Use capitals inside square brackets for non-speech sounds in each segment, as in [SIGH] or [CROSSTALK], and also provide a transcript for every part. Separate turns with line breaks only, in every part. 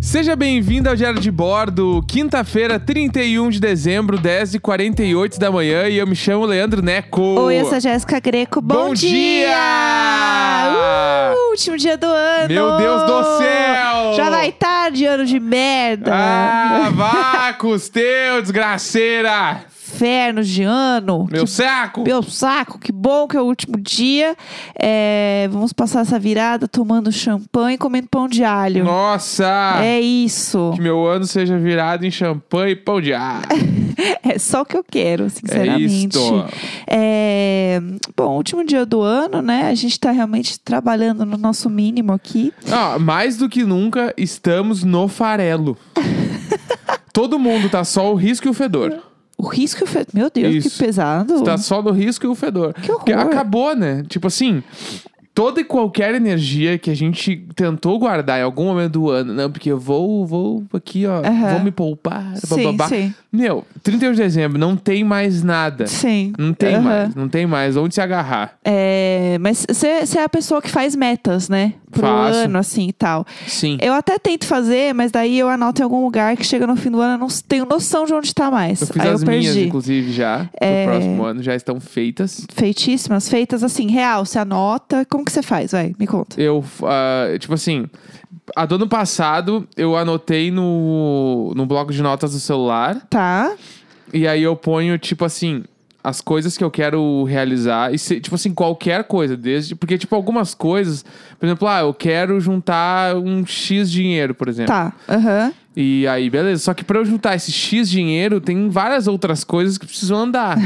Seja bem-vindo ao Diário de Bordo, quinta-feira, 31 de dezembro, 10h48 da manhã, e eu me chamo Leandro Neco.
Oi, eu sou a Jéssica Greco. Bom,
Bom dia!
Uh, último dia do ano!
Meu Deus do céu!
Já vai tarde, ano de merda!
Ah, vacos teu, desgraceira!
Inferno de ano!
Meu
Que-
saco!
meu saco, que bom que é o último dia. É, vamos passar essa virada tomando champanhe e comendo pão de alho.
Nossa!
É isso.
Que meu ano seja virado em champanhe e pão de ar.
[LAUGHS] É só o que eu quero, sinceramente.
isto.
É, Bom, último dia do ano, né? A gente tá realmente trabalhando no nosso mínimo aqui.
Ah, mais do que nunca, estamos no
[LAUGHS]
farelo. Todo mundo tá só o risco e o fedor.
O risco eu fe- Meu Deus,
Isso.
que pesado.
Tá só no risco e o fedor.
Que horror.
Porque acabou, né? Tipo assim, toda e qualquer energia que a gente tentou guardar em algum momento do ano, não, porque eu vou, vou aqui, ó,
Aham.
vou me poupar,
Sim,
bababá.
sim.
Meu, 31 de dezembro, não tem mais nada.
Sim.
É. Não tem
Aham.
mais, né? não tem mais onde se agarrar.
É, mas você é a pessoa que faz metas, né? Pro
Faço.
ano, assim e tal.
Sim.
Eu até tento fazer, mas daí eu anoto em algum lugar que chega no fim do ano, eu não s- tenho noção de onde tá mais.
Eu fiz
Aí
as
eu
minhas,
perdi.
inclusive, já.
É.
Pro próximo ano, já estão feitas.
Feitíssimas, feitas assim, real, você anota. Como que você faz? Vai, me conta.
Eu, ah, tipo assim, a do ano passado, eu anotei no, no bloco de notas do celular.
Tá?
E aí eu ponho, tipo assim, as coisas que eu quero realizar. E se- tipo assim, qualquer coisa, desde. Porque, tipo, algumas coisas. Por exemplo, ah, eu quero juntar um X dinheiro, por exemplo.
Tá. Aham.
E aí, beleza. Só que pra eu juntar esse X dinheiro, tem várias outras coisas que precisam
[LAUGHS]
andar.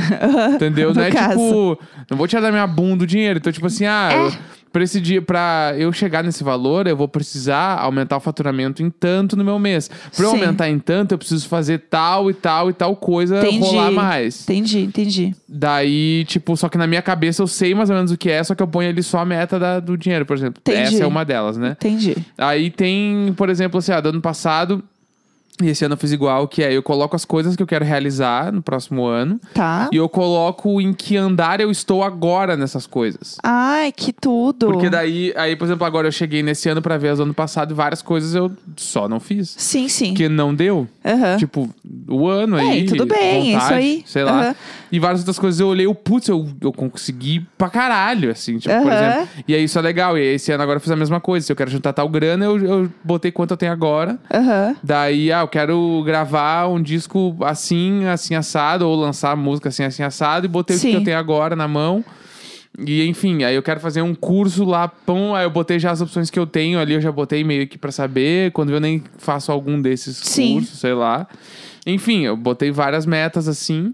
entendeu?
No
Não é
caso. É.
tipo, não vou tirar da minha bunda o dinheiro. Então, tipo assim, ah, eu, pra, esse dia, pra eu chegar nesse valor, eu vou precisar aumentar o faturamento em tanto no meu mês. Pra eu
Sim.
aumentar em tanto, eu preciso fazer tal e tal e tal coisa
Entendi.
rolar mais.
Entendi, entendi.
Daí, tipo, só que na minha cabeça eu sei mais ou menos o que é, só que eu ponho ali só a meta da- do dinheiro, por exemplo.
Entendi.
Essa é uma delas, né?
Entendi.
Aí tem, por exemplo, assim, ó, do ano passado, e esse ano eu fiz igual, que é eu coloco as coisas que eu quero realizar no próximo ano.
Tá.
E eu coloco em que andar eu estou agora nessas coisas.
Ai, que tudo.
Porque daí, aí, por exemplo, agora eu cheguei nesse ano pra ver as do ano passado e várias coisas eu só não fiz.
Sim, sim.
Porque não deu.
Aham.
Tipo, o ano
É,
aí.
e tudo bem, é isso
vontade,
aí.
Sei lá.
Aham.
E várias outras coisas eu olhei, eu, putz, eu, eu consegui pra caralho, assim, tipo, por
Aham.
exemplo. E aí isso é legal. E aí esse ano agora eu fiz a mesma coisa. Se eu quero juntar tal grana, eu, eu botei quanto eu tenho agora.
Aham.
Daí, ah, eu quero gravar um disco assim, assim assado, ou lançar música assim, assim assado, e botei o
Sim.
que eu tenho agora na mão. E enfim, aí eu quero fazer um curso lá, pão, aí eu botei já as opções que eu tenho ali, eu já botei meio que pra saber, quando eu nem faço algum desses
Sim.
cursos, sei lá. Enfim, eu botei várias metas assim.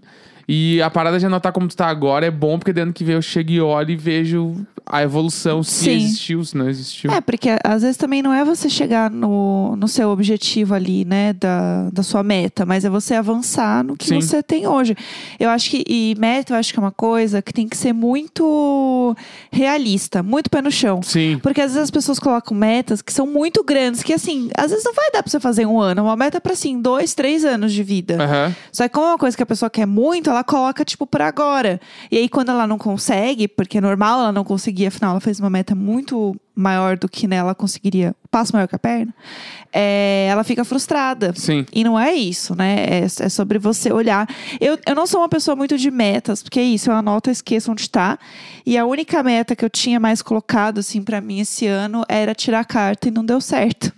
E a parada de anotar como tu tá agora é bom, porque dentro que vem eu chego e olho e vejo a evolução, se
Sim.
existiu, se não existiu.
É, porque às vezes também não é você chegar no, no seu objetivo ali, né, da, da sua meta, mas é você avançar no que
Sim.
você tem hoje. Eu acho que, e meta eu acho que é uma coisa que tem que ser muito realista, muito pé no chão.
Sim.
Porque às vezes as pessoas colocam metas que são muito grandes, que assim, às vezes não vai dar pra você fazer em um ano, é uma meta pra assim, dois, três anos de vida.
Aham.
Só que como é uma coisa que a pessoa quer muito, ela coloca, tipo, pra agora. E aí, quando ela não consegue, porque é normal ela não conseguir, afinal, ela fez uma meta muito maior do que né, ela conseguiria, um passo maior que a perna, é, ela fica frustrada.
Sim.
E não é isso, né? É, é sobre você olhar. Eu, eu não sou uma pessoa muito de metas, porque é isso, eu anoto, eu esqueço onde tá. E a única meta que eu tinha mais colocado, assim, pra mim esse ano era tirar a carta e não deu certo.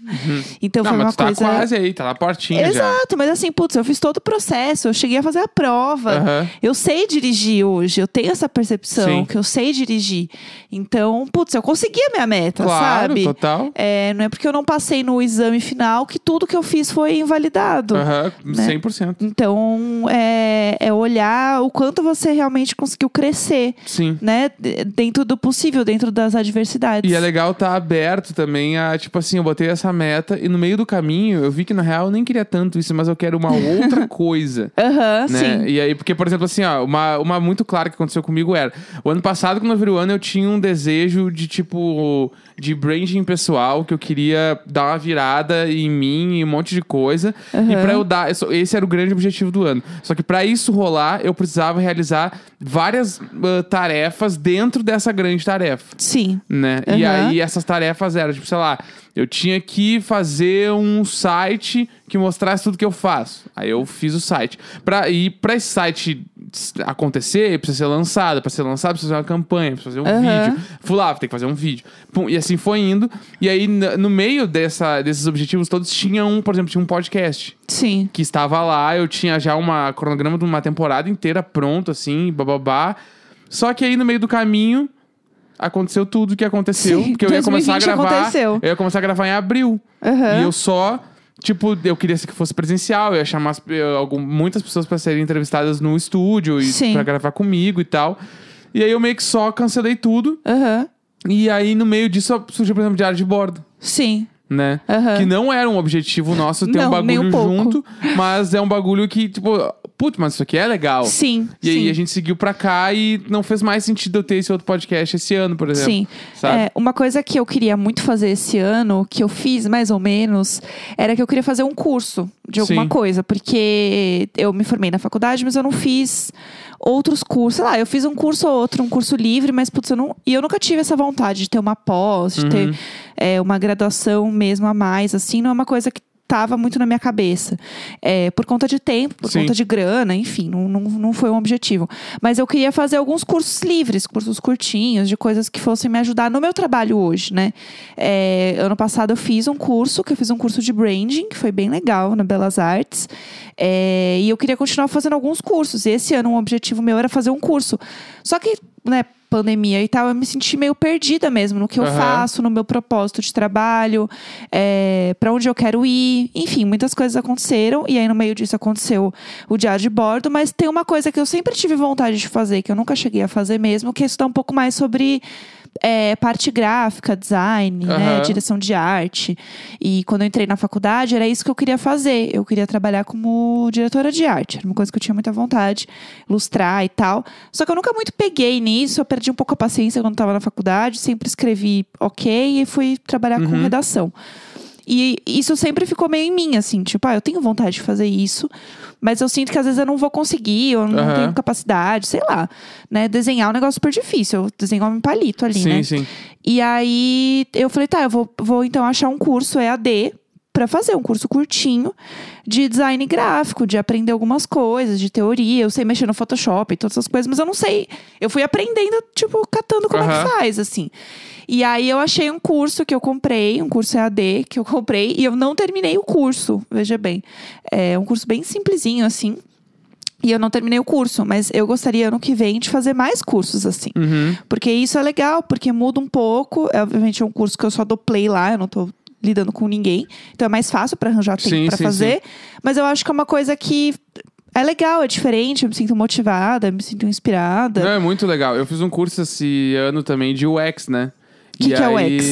Então
não,
foi
mas
uma
tu tá
coisa.
quase aí, tá na portinha já.
Exato, mas assim, putz, eu fiz todo o processo, eu cheguei a fazer a prova.
Aham.
Eu sei dirigir hoje, eu tenho essa percepção
Sim.
que eu sei dirigir. Então, putz, eu consegui a minha meta,
Claro,
tá sabe?
total.
É, não é porque eu não passei no exame final que tudo que eu fiz foi invalidado.
Aham,
né?
100%.
Então, é, é olhar o quanto você realmente conseguiu crescer,
Sim.
né? D- Dentro do possível, dentro das adversidades.
E é legal tá aberto também a, tipo assim, eu botei essa meta e no meio do caminho eu vi que na real eu nem queria tanto isso, mas eu quero uma
[LAUGHS]
outra coisa.
Aham,
Né?
sim.
E aí, porque, por exemplo, assim, ó, uma, uma muito clara que aconteceu comigo era: o ano passado, quando eu virei o ano, eu tinha um desejo de, tipo, de branding pessoal que eu queria dar uma virada em mim e um monte de coisa. E pra eu dar. isso- Esse era o grande objetivo do ano. Só que pra isso rolar, eu precisava realizar várias ah, tarefas dentro dessa grande tarefa
Sim.
né? E
Aham.
aí essas tarefas eram, tipo, sei lá, eu tinha que fazer um site que mostrasse tudo que eu faço. Aí eu fiz o site. Pra, e pra esse site s- acontecer, ele precisa ser lançado. Pra ser lançado, precisa fazer uma campanha, precisa fazer um
Aham.
vídeo. Fui lá, tem que fazer um vídeo. Pum, e assim foi indo. E aí, n- no meio dessa, desses objetivos todos, tinha um, por exemplo, tinha um podcast
Sim.
que estava lá, eu tinha já uma cronograma de uma temporada inteira pronto, assim, bababá. Só que aí no meio do caminho aconteceu tudo o que aconteceu.
Sim,
porque eu ia começar a
2020
gravar.
aconteceu.
Eu ia começar a gravar em abril.
Aham.
E eu só. Tipo, eu queria que fosse presencial, eu ia chamar as- eu- algum- muitas pessoas para serem entrevistadas no estúdio e
Sim.
para gravar comigo e tal. E aí eu meio que só cancelei tudo.
Aham.
E aí no meio disso surgiu, por exemplo, diário de bordo
Sim.
né?
Aham.
Que não era um objetivo nosso ter um
Não, nem
bagulho
um pouco.
junto, mas é um bagulho que, tipo, putz, mas isso aqui é legal.
Sim.
E aí
sim.
a gente seguiu pra cá e não fez mais sentido eu ter esse outro podcast esse ano, por exemplo.
Sim.
Sabe?
É, uma coisa que eu queria muito fazer esse ano, que eu fiz mais ou menos, era que eu queria fazer um curso de alguma
Sim.
coisa, porque eu me formei na faculdade, mas eu não fiz outros cursos. Sei lá, eu fiz um curso ou outro, um curso livre, mas putz, eu não. E eu nunca tive essa vontade de ter uma pós, de
Uhum.
ter é, uma graduação mesmo a mais, assim, não é uma coisa que tava muito na minha cabeça. É, por conta de tempo, por
Sim.
conta de grana, enfim, não, não, não foi um objetivo. Mas eu queria fazer alguns cursos livres, cursos curtinhos, de coisas que fossem me ajudar no meu trabalho hoje, né? É, ano passado eu fiz um curso, que eu fiz um curso de branding, que foi bem legal, na Belas Artes. É, e eu queria continuar fazendo alguns cursos. E esse ano um objetivo meu era fazer um curso. Só que, né, pandemia e tal, eu me senti meio perdida mesmo no que eu
Aham.
faço faço no meu propósito de trabalho, é, para onde eu quero ir, enfim, muitas coisas aconteceram e aí no meio disso aconteceu o diário de bordo, mas tem uma coisa que eu sempre tive vontade de fazer que eu nunca cheguei a fazer mesmo, que é estudar um pouco mais sobre é, parte gráfica, design, né,
Aham.
direção de arte. E quando eu entrei na faculdade era isso que eu queria fazer, eu queria trabalhar como diretora de arte, era uma coisa que eu tinha muita vontade, ilustrar e tal. Só que eu nunca muito peguei nisso, eu perdi um pouco a paciência quando estava na faculdade, sempre escrevi ok e fui trabalhar com
Uhum.
redação. E isso sempre ficou meio em mim, assim, tipo, ah, eu tenho vontade de fazer isso, mas eu sinto que às vezes eu não vou conseguir, eu não
Aham.
tenho capacidade, sei lá, né? Desenhar é um negócio super difícil, eu desenhar um palito ali,
sim,
né?
sim.
E aí eu falei, tá, eu vou, vou então achar um curso EAD para fazer um curso curtinho de design gráfico, de aprender algumas coisas, de teoria. Eu sei mexer no Photoshop e todas essas coisas, mas eu não sei. Eu fui aprendendo, tipo, catando como é
Aham.
que faz, assim. E aí eu achei um curso que eu comprei, um curso EAD que eu comprei, e eu não terminei o curso, veja bem. É um curso bem simplesinho, assim. E eu não terminei o curso, mas eu gostaria ano que vem de fazer mais cursos assim.
Uhum.
Porque isso é legal, porque muda um pouco. É, obviamente é um curso que eu só dou play lá, eu não tô lidando com ninguém. Então é mais fácil pra arranjar tempo
Sim,
pra
sim,
fazer. Mas eu acho que é uma coisa que é legal, é diferente, eu me sinto motivada, eu me sinto inspirada.
Não, é muito legal. Eu fiz um curso esse ano também de UX, né?
Que
e
que é
aí,
UX?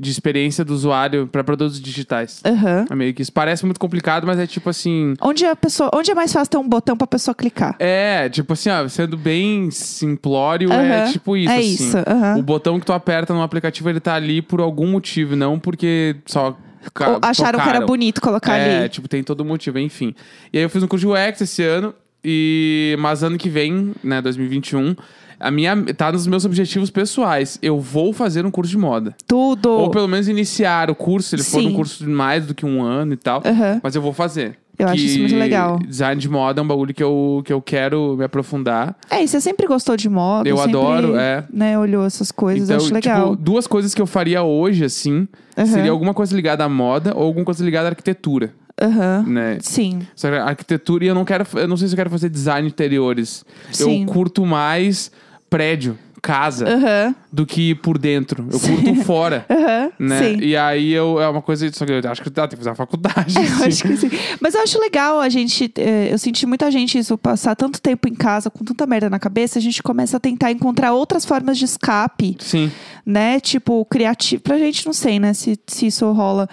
De experiência do usuário pra produtos digitais.
Aham.
É meio que isso. Parece muito complicado, mas é tipo assim.
Onde a pessoa, onde é mais fácil ter um botão pra pessoa clicar?
É, tipo assim, ó, sendo bem simplório, é
Aham.
tipo isso.
é
assim.
isso. aham.
O botão que tu aperta no aplicativo, ele tá ali por algum motivo, não porque só. ca-
Ou acharam que era
tocaram.
bonito colocar
É,
ali.
tipo, tem todo motivo, enfim. E aí eu fiz um curso de UX esse ano, e... mas ano que vem, né, 2021, a minha... tá nos meus objetivos pessoais. Eu vou fazer um curso de moda.
Tudo.
Ou pelo menos iniciar o curso, se ele for
Sim.
um curso de mais do que um ano e tal.
Aham.
Mas eu vou fazer.
Eu acho
Que
isso muito legal.
Design de moda é um bagulho que eu, que eu quero me aprofundar.
É, e você sempre gostou de moda.
Eu
sempre,
adoro, é.
Né, olhou essas coisas,
Então,
eu acho legal.
tipo, duas coisas que eu faria hoje, assim,
Aham.
seria alguma coisa ligada à moda ou alguma coisa ligada à arquitetura,
Aham.
né?
Sim.
Só que a arquitetura, e eu não quero. Eu não sei se eu quero fazer design de interiores.
Sim.
Eu curto mais prédio, casa,
Aham.
do que por dentro. Eu curto fora.
[LAUGHS] Aham.
Né?
Sim.
E aí eu, é uma coisa. Só que eu acho que dá, tem que fazer uma faculdade.
[LAUGHS] Eu
assim.
acho que sim. Mas eu acho legal a gente. eh, Eu senti muita gente isso passar tanto tempo em casa com tanta merda na cabeça, a gente começa a tentar encontrar outras formas de escape,
Sim.
né? Tipo, criativo. Pra gente, não sei, né? Se, se isso rola.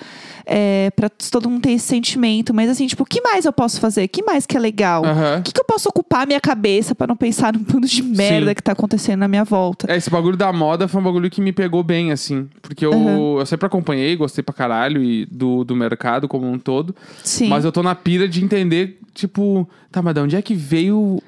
É, pra t- todo mundo ter esse sentimento. Mas assim, tipo, o que mais eu posso fazer? O que mais que é legal?
Aham.
O que, que eu posso ocupar a minha cabeça pra não pensar no bando de merda que tá acontecendo na minha volta.
É, esse bagulho da moda foi um bagulho que me pegou bem, assim. Porque eu, eu sempre acompanhei, gostei pra caralho e do, do mercado como um todo.
Sim.
Mas eu tô na pira de entender, tipo, tá, mas de onde é que veio,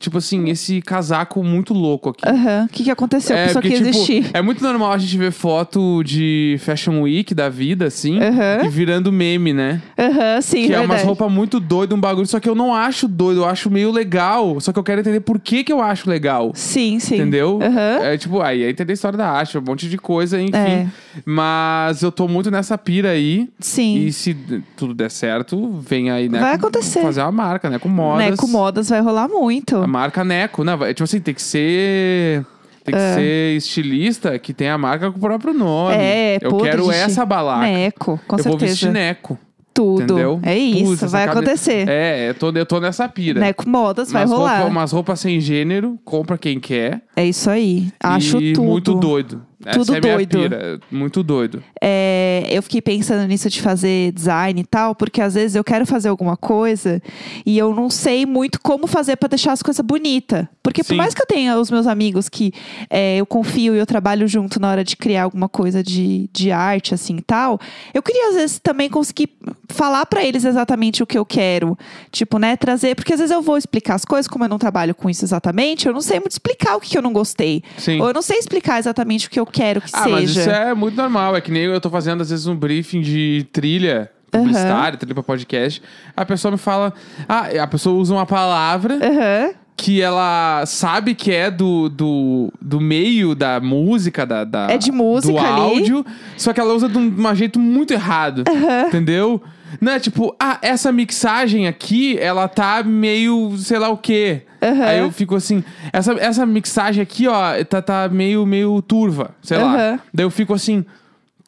tipo assim, esse casaco muito louco aqui?
Aham. O que, que aconteceu? Só que
tipo,
existir.
é muito normal a gente ver foto de Fashion Week da vida, assim,
Aham.
e virando meme, né?
Aham, sim,
que é
verdade.
umas roupas muito doidas, um bagulho, só que eu não acho doido, eu acho meio legal. Só que eu quero entender por que, que eu acho legal.
Sim, sim.
Entendeu?
Aham.
É tipo, aí é entender a história da arte, um monte de coisa, enfim.
É.
Mas eu tô muito nessa pira aí.
Sim.
E se d- tudo der certo, vem aí, né?
Vai
com-
acontecer.
Fazer uma marca, né? Com modas.
Neco Modas vai rolar muito.
A marca Neco, né? Vai- Tipo assim, tem que ser. Tem que ser estilista que tem a marca com o próprio nome.
É,
Eu
podre
quero
de
essa balaca.
Neco, É, com
eu
certeza.
vou vestir Neco,
Tudo.
entendeu?
É isso,
Putz, essa
vai
cabe- né?
acontecer.
É, eu tô, eu tô nessa pira.
Neco Modas vai
umas
rolar.
roupas- umas roupas sem gênero, compra quem quer.
É isso aí. Acho
e
tudo.
muito doido.
Tudo
Essa é a minha
doido.
pira. Muito doido.
É, eu fiquei pensando nisso de fazer design e tal, porque às vezes eu quero fazer alguma coisa e eu não sei muito como fazer pra deixar as coisas bonitas. Porque por
Sim.
mais que eu tenha os meus amigos que é, eu confio e eu trabalho junto na hora de criar alguma coisa de, de arte, assim e tal, eu queria às vezes também conseguir falar pra eles exatamente o que eu quero. Tipo, né, trazer. Porque às vezes eu vou explicar as coisas, como eu não trabalho com isso exatamente, eu não sei muito explicar o que, que eu não gostei.
Sim.
Ou eu não sei explicar exatamente o que eu quero que
Ah,
seja.
mas isso é muito normal. É que nem eu tô fazendo, às vezes, um briefing de trilha publicitária, trilha pra podcast. A pessoa me fala. Ah, a pessoa usa uma palavra
Aham.
que ela sabe que é do, do, do meio da música, da, da-
É de música
do
ali.
áudio, só que ela usa de um, de um jeito muito errado, entendeu? Não é tipo, ah, essa mixagem aqui, ela tá meio, sei lá o quê. Aí eu fico assim, essa, essa mixagem aqui, ó, tá, tá meio, meio turva, sei
Aham.
lá. Daí eu fico assim, o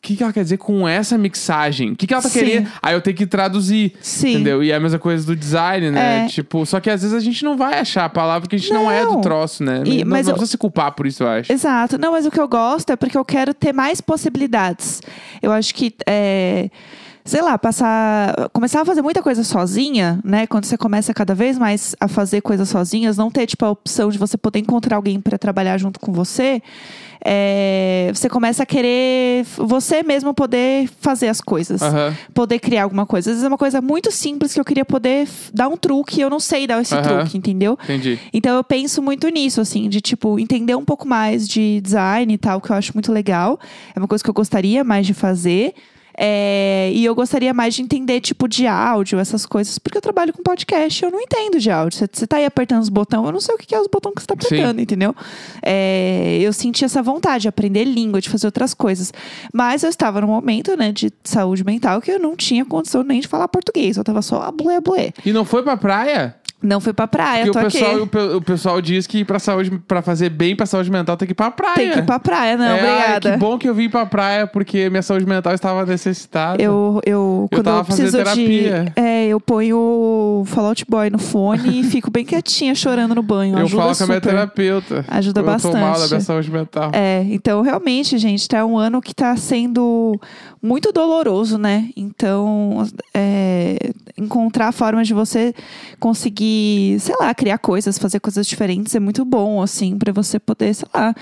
que, que ela quer dizer com essa mixagem? O que, que ela tá
Sim.
querendo? Aí eu tenho que traduzir.
Sim.
Entendeu? E é a mesma coisa do design, né?
É.
Tipo, só que às vezes a gente não vai achar a palavra que a gente não,
Não.
é do troço, né?
E-
não,
mas
não
eu-
precisa se culpar por isso, eu acho.
Exato. Não, mas o que eu gosto é porque eu quero ter mais possibilidades. Eu acho que. é, Sei lá, passar. Começar a fazer muita coisa sozinha, né? Quando você começa cada vez mais a fazer coisas sozinhas, não ter, tipo, a opção de você poder encontrar alguém para trabalhar junto com você, é, você começa a querer f- você mesmo poder fazer as coisas.
Aham.
Poder criar alguma coisa. Às vezes é uma coisa muito simples que eu queria poder f- dar um truque e eu não sei dar esse
Aham.
truque, entendeu?
Entendi.
Então eu penso muito nisso, assim, de tipo, entender um pouco mais de design e tal, que eu acho muito legal. É uma coisa que eu gostaria mais de fazer. É, e eu gostaria mais de entender, tipo, de áudio, essas coisas, porque eu trabalho com podcast e eu não entendo de áudio. Você- Você tá aí apertando os botões, eu não sei o que que é os botões que você tá
Sim.
apertando, entendeu? É, eu senti essa vontade de aprender língua, de fazer outras coisas. Mas eu estava num momento, né, de saúde mental que eu não tinha condição nem de falar português. Eu tava só a blé, blé.
E não foi pra praia?
Não fui pra
Porque
praia, É, eu
o
tô aqui.
pessoal, o, pe- o pessoal diz que pra, saúde, pra fazer bem pra saúde mental tem que ir pra praia.
Tem que ir pra praia, não,
É, ai,
obrigada.
que bom que eu vim pra praia porque minha saúde mental estava necessitada.
Eu, eu, quando eu,
tava fazendo
preciso
terapia.
de. É, eu ponho o Fallout Boy no fone e fico bem quietinha chorando no banho.
Eu
Ajuda
falo com a
super.
minha terapeuta.
Ajuda
eu Eu tô mal da
bastante.
minha saúde mental.
É, então realmente, gente, tá um ano que tá sendo muito doloroso, né? Então, é, encontrar formas de você conseguir, sei lá, criar coisas, fazer coisas diferentes é muito bom, assim, pra você poder, sei lá.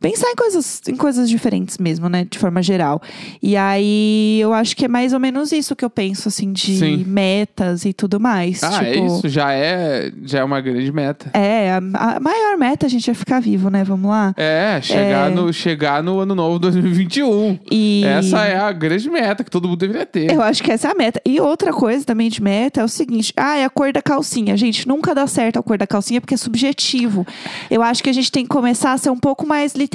Pensar em coisas, em coisas diferentes mesmo, né? De forma geral. E aí, eu acho que é mais ou menos isso que eu penso, assim, de
Sim.
metas e tudo mais.
Ah,
tipo,
é isso. Já é, já é uma grande meta.
É, a, a maior meta, gente, é ficar vivo, né? Vamos lá.
É, chegar, No, chegar no ano novo 2021.
E...
Essa é a grande meta que todo mundo deveria ter.
Eu acho que essa é a meta. E outra coisa também de meta é o seguinte: ah, é a cor da calcinha. Gente, nunca dá certo a cor da calcinha porque é subjetivo. Eu acho que a gente tem que começar a ser um pouco mais literal.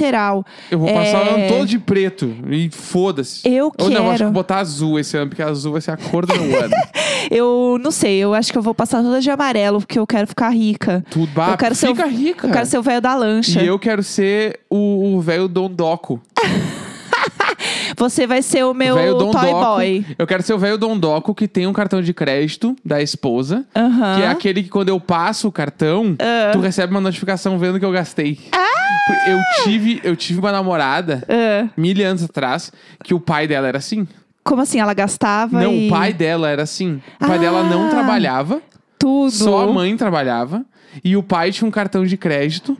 Eu vou
É.
passar o ano todo de preto. E foda-se.
Eu
Ou não, acho que
quero.
vou botar azul esse ano, porque azul vai ser a cor do meu
[LAUGHS]
ano.
Eu não sei, eu acho que eu vou passar toda de amarelo porque eu quero ficar rica.
Tudo bah,
eu quero ser
fica
o,
rica.
Eu quero ser o velho da lancha.
E eu quero ser o o velho Dondoco.
Você vai ser o meu
Velho Dondoco.
toy boy.
Eu quero ser o velho Dondoco que tem um cartão de crédito da esposa.
Aham. Ah.
Que é aquele que quando eu passo o cartão, tu recebe uma notificação vendo que eu gastei. Eu tive, eu tive uma namorada,
Ah,
mil anos atrás, que o pai dela era assim.
como assim? Ela gastava
Não,
e
o pai dela era assim. O pai
Ah.
dela não trabalhava,
tudo.
só a mãe trabalhava. E o pai tinha um cartão de crédito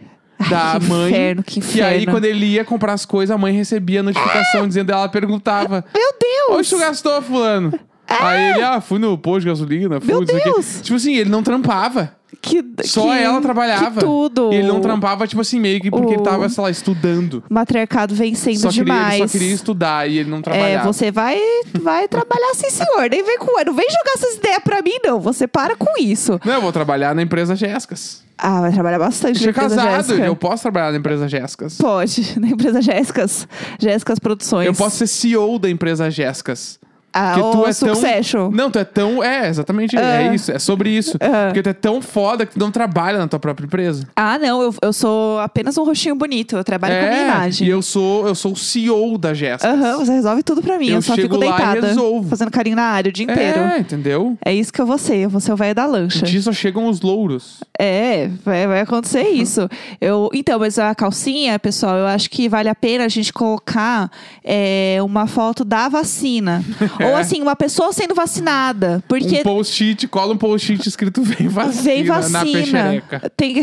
da
que
mãe.
inferno, que
E aí,
inferno.
quando ele ia comprar as coisas, a mãe recebia a notificação dizendo, ela perguntava:
Meu
Onde
Deus! É.
tu gastou, Fulano? Aí ele, ah, fui no posto de gasolina, fui
Meu
não sei o quê.
Deus!
Tipo assim, ele não trampava.
Que,
Só
que-
ela trabalhava.
Que tudo.
E ele não trampava, tipo assim, meio que porque
O-
ele tava, sei lá, estudando.
O matriarcado vencendo
Só queria,
demais.
ele só queria estudar e ele não
É,
trabalhava.
você vai, vai trabalhar sim, senhor. Nem vem com. Não vem jogar essas ideias pra mim, não. Você para com isso.
Não, eu vou trabalhar na empresa Jéssicas.
Ah, vai trabalhar bastante.
Ele
na
é
empresa
casado,
Jéssica.
eu posso trabalhar na empresa Jéssicas.
Pode, [LAUGHS] na empresa Jéssicas. Jéssicas Produções.
Eu posso ser CEO da empresa Jéssicas.
Ah,
Porque tu
ou
é tão-
Succession. Ah.
Não, tu é tão. É, exatamente. É isso. É sobre isso. Porque tu é tão foda que tu não trabalha na tua própria empresa.
Ah, não, eu, eu sou apenas um roxinho bonito. Eu trabalho com a minha
é,
imagem.
E eu sou, eu sou o CEO da Jéssica.
Aham, você resolve tudo pra mim. Eu,
Eu
só
chego
fico
lá e
deitada.
resolvo.
Fazendo carinho na área o dia inteiro.
É, entendeu?
É isso que eu vou ser. Eu vou ser o velho da lancha.
De só chegam os louros.
É, vai, vai acontecer
[LAUGHS]
isso. Eu, então, mas a calcinha, pessoal, eu acho que vale a pena a gente colocar é, uma foto
[LAUGHS]
da vacina. Ou assim, uma pessoa sendo vacinada. Porque
Um post-it, cola um post-it escrito Vem vacina,
vem
na
vacina.
peixereca.
Tem...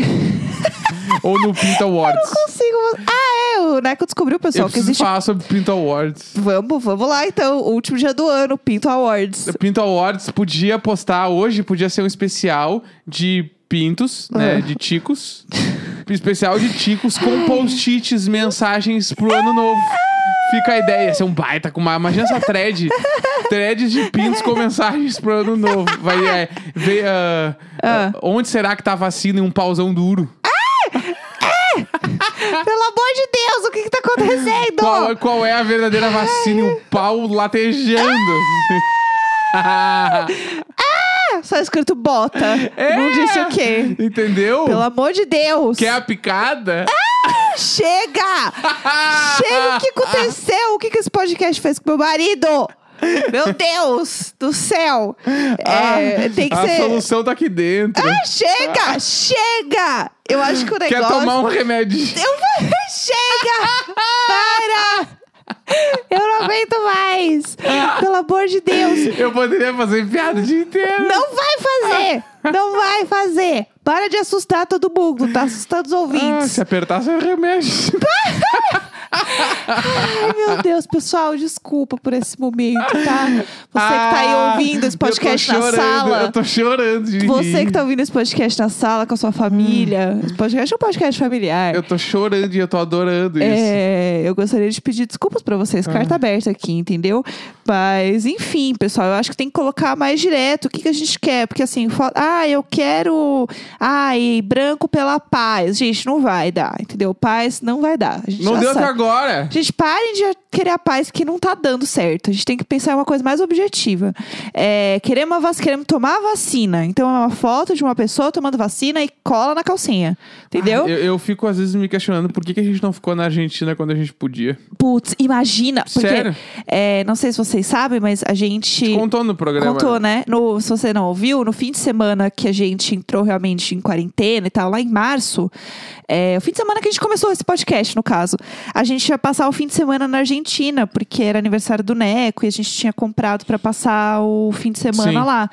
[LAUGHS]
Ou no Pinta Awards.
Consigo... Ah, é, o Neco descobriu,
Eu
pessoal, que
preciso
existe.
falar sobre Pinta Awards.
Vamos, vamos lá então. O último dia do ano,
[LAUGHS]
Pinto Awards.
Pinto Awards podia postar hoje, podia ser um especial de pintos, né?
Ah.
De ticos. [LAUGHS] especial de ticos com post-its, mensagens pro ano novo. Fica a ideia, ser um baita com uma. Imagina essa
[LAUGHS]
thread. Threads de pintos com mensagens pro ano novo. Vai é, ver ah, ah, onde será que tá a vacina e um pauzão duro.
Pelo amor de Deus, o que que tá
[LAUGHS]
acontecendo?
Qual, qual é a verdadeira vacina e um pau latejando? [LAUGHS]
Tá Só escrito bota. Ah. Não disse o quê.
Entendeu?
Pelo amor de Deus.
É! Quer a picada?
Chega! É, Chega! O
[LAUGHS]
que aconteceu? O que, que esse podcast fez com meu marido? Meu Deus do céu! É, tem que
Ah, a
ser.
solução tá aqui dentro.
Ah, chega! Chega! Eu acho que o
Quer
negócio.
tomar um remédio?
[LAUGHS] Eu vou... Chega! Para! Eu não aguento mais! Pelo amor de Deus!
Eu poderia fazer piada o dia inteiro.
Não vai fazer! Não vai fazer! Para de assustar todo mundo, tá assustando os
Ah,
ouvintes.
se apertar, você remédio.
Ai, meu Deus, pessoal, desculpa por esse momento, tá? Você que tá aí ouvindo esse podcast
Ah, eu tô chorando,
na sala.
Eu tô chorando de
Você
rir.
que tá ouvindo esse podcast na sala com a sua família. Esse podcast é um podcast familiar.
Hum. Eu tô chorando e eu tô adorando isso.
É, eu gostaria de pedir desculpas pra
Ah.
vocês, carta aberta aqui, entendeu? Mas, enfim, pessoal, eu acho que tem que colocar mais direto o que, que a gente quer. Porque assim, fala, ah, eu quero. Ai, branco pela paz. Gente, não vai dar, entendeu? Paz não vai dar. A gente
Não
já
deu
sabe.
até agora.
Gente, parem de querer a paz que não tá dando certo. A gente tem que pensar em uma coisa mais objetiva. É, queremos, a vac... queremos tomar a vacina. Então é uma foto de uma pessoa tomando vacina e cola na calcinha. Entendeu?
Eu, eu fico às vezes me questionando por que, que a gente não ficou na Argentina quando a gente podia.
Putz, imagina. Porque,
Sério?
é, não sei se vocês sabem, mas a gente.
Contou no programa.
Contou, né? No, se você não ouviu, no fim de semana que a gente entrou realmente em quarentena e tal, lá em março, é, o fim de semana que a gente começou esse podcast, no caso, a gente ia passar o fim de semana na Argentina, porque era aniversário do Neco e a gente tinha comprado pra passar o fim de semana
Sim.
lá.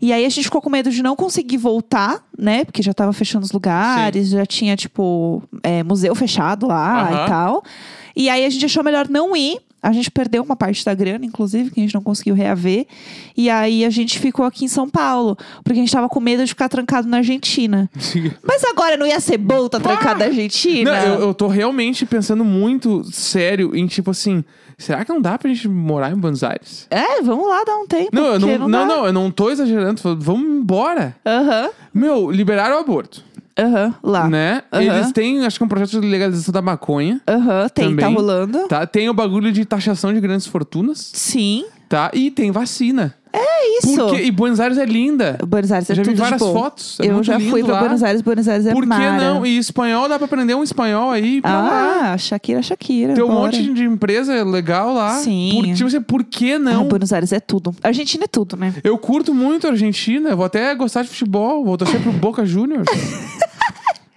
E aí a gente ficou com medo de não conseguir voltar, né? Porque já tava fechando os lugares, já tinha, tipo, é, museu fechado lá
Aham.
e tal. E aí a gente achou melhor não ir. A gente perdeu uma parte da grana, inclusive, que a gente não conseguiu reaver. E aí a gente ficou aqui em São Paulo, porque a gente tava com medo de ficar trancado na Argentina. Mas agora não ia ser bom estar trancado na Argentina?
Ah! Não, eu, eu tô realmente pensando muito sério em tipo assim, será que não dá pra gente morar em Buenos Aires?
É, vamos lá dar um tempo.
Não, eu
porque
não, não,
dá.
não, eu não tô exagerando, tô falando, vamos embora.
Aham,
Meu, liberaram o aborto,
aham, lá.
né?
Tá. Aham.
Eles têm, acho que um projeto de legalização da maconha,
Aham, tem, tá
Também.
rolando.
tá? Tem o bagulho de taxação de grandes fortunas,
Sim,
tá? E tem vacina.
é isso.
Porque, e Buenos Aires é linda.
Buenos Aires é
já vi
tudo de
várias
bom.
fotos, é
eu
muito
já
lindo
fui pra
lá.
Buenos Aires, Buenos Aires é
Por que
mara.
não? E espanhol, dá pra aprender um espanhol aí pra lá.
Ah, Shakira, Shakira.
Tem um
bora.
monte de empresa legal lá.
Sim.
Por, tipo assim, por que
Ah,
não?
Buenos Aires é tudo. Argentina é tudo, né?
Eu
[LAUGHS]
curto muito a Argentina, vou até gostar de futebol, vou torcer pro Boca Juniors.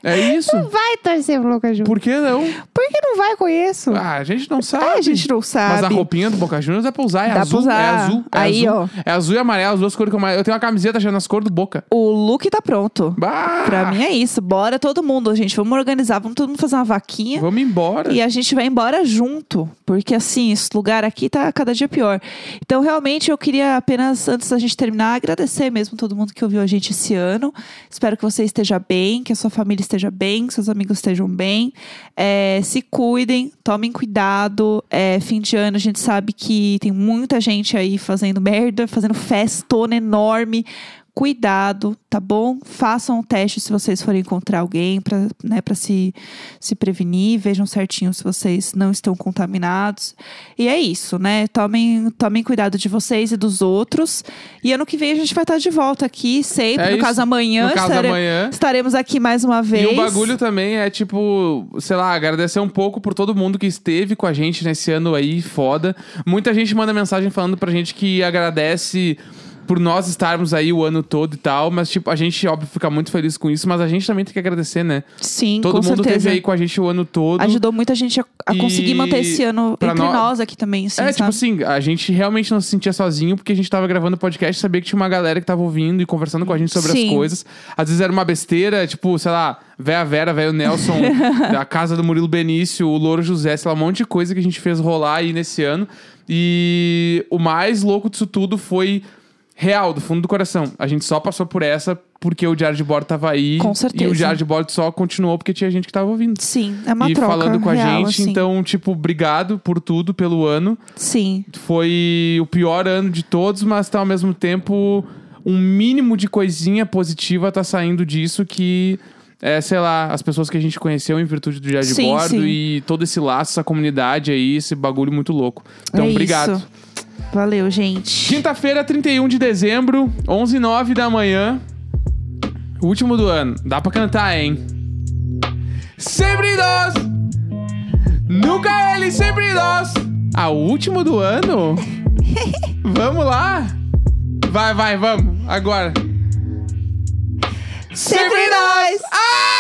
É isso?
Vai torcer pro Boca Juniors.
Por que não?
Por que não vai com isso?
Ah, a gente não sabe.
Ah, a gente não sabe.
Mas a roupinha do Boca Juniors é pra usar, é
Dá pra
azul, é
usar.
azul. É
Aí,
azul.
ó.
É azul e amarelo, as duas cores que eu mais. Eu tenho uma camiseta achando as cores do Boca.
O look tá pronto.
Bah!
Pra mim é isso. Bora todo mundo, gente. Vamos organizar, vamos todo mundo fazer uma vaquinha.
Vamos embora.
E a gente vai embora junto, porque assim, esse lugar aqui tá cada dia pior. Então, realmente, eu queria apenas, antes da gente terminar, agradecer mesmo todo mundo que ouviu a gente esse ano. Espero que você esteja bem, que a sua família esteja bem, que seus amigos estejam bem. É, se cuidem, tomem cuidado. É, fim de ano, a gente sabe que tem muita gente aí fazendo merda, fazendo festona enorme cuidado, tá bom? Façam o teste se vocês forem encontrar alguém para né, pra se, se prevenir. Vejam certinho se vocês não estão contaminados. E é isso, né? Tomem, tomem cuidado de vocês e dos outros. E ano que vem a gente vai estar de volta aqui, sempre.
É
no
isso.
caso, amanhã.
No caso,
estare-
amanhã.
Estaremos aqui mais uma vez.
E o bagulho também é tipo, sei lá, agradecer um pouco por todo mundo que esteve com a gente nesse ano aí, foda. Muita gente manda mensagem falando pra gente que agradece por nós estarmos aí o ano todo e tal, mas tipo, a gente óbvio fica muito feliz com isso, mas a gente também tem que agradecer, né?
Sim,
todo
com
mundo
certeza.
esteve aí com a gente o ano todo.
Ajudou muita gente a, a
E
conseguir manter esse ano
pra
entre
nó-
nós aqui também, assim,
é, tipo
sabe?
assim, a gente realmente não se sentia sozinho porque a gente tava gravando podcast e sabia que tinha uma galera que tava ouvindo e conversando com a gente sobre
Sim.
as coisas. Às vezes era uma besteira, tipo, sei lá, Véia Vera, Véio
[LAUGHS]
Nelson, a casa do Murilo Benício, o Louro José, sei lá, um monte de coisa que a gente fez rolar aí nesse ano. E o mais louco disso tudo foi real, do fundo do coração. A gente só passou por essa porque o Diário de Bordo tava aí.
Com certeza.
E o Diário de Bordo só continuou porque tinha gente que tava ouvindo.
Sim, é uma
e
troca
falando com a
real,
gente,
assim.
então, tipo, obrigado por tudo, pelo ano
Sim.
foi o pior ano de todos, mas tá ao mesmo tempo um mínimo de coisinha positiva tá saindo disso que é, sei lá, as pessoas que a gente conheceu em virtude do Diário de
Sim,
Bordo
sim.
e todo esse laço, essa comunidade aí, esse bagulho muito louco. Então,
é
obrigado.
Isso. Valeu, gente.
Quinta-feira, 31 de dezembro, 11 h da manhã. Último do ano. Dá pra cantar, hein? Sempre nós! Nunca ele, sempre nós! Ah, o último do ano? vamos lá? Vai, vai, vamos. Agora. Sempre nós! Ah! Ah!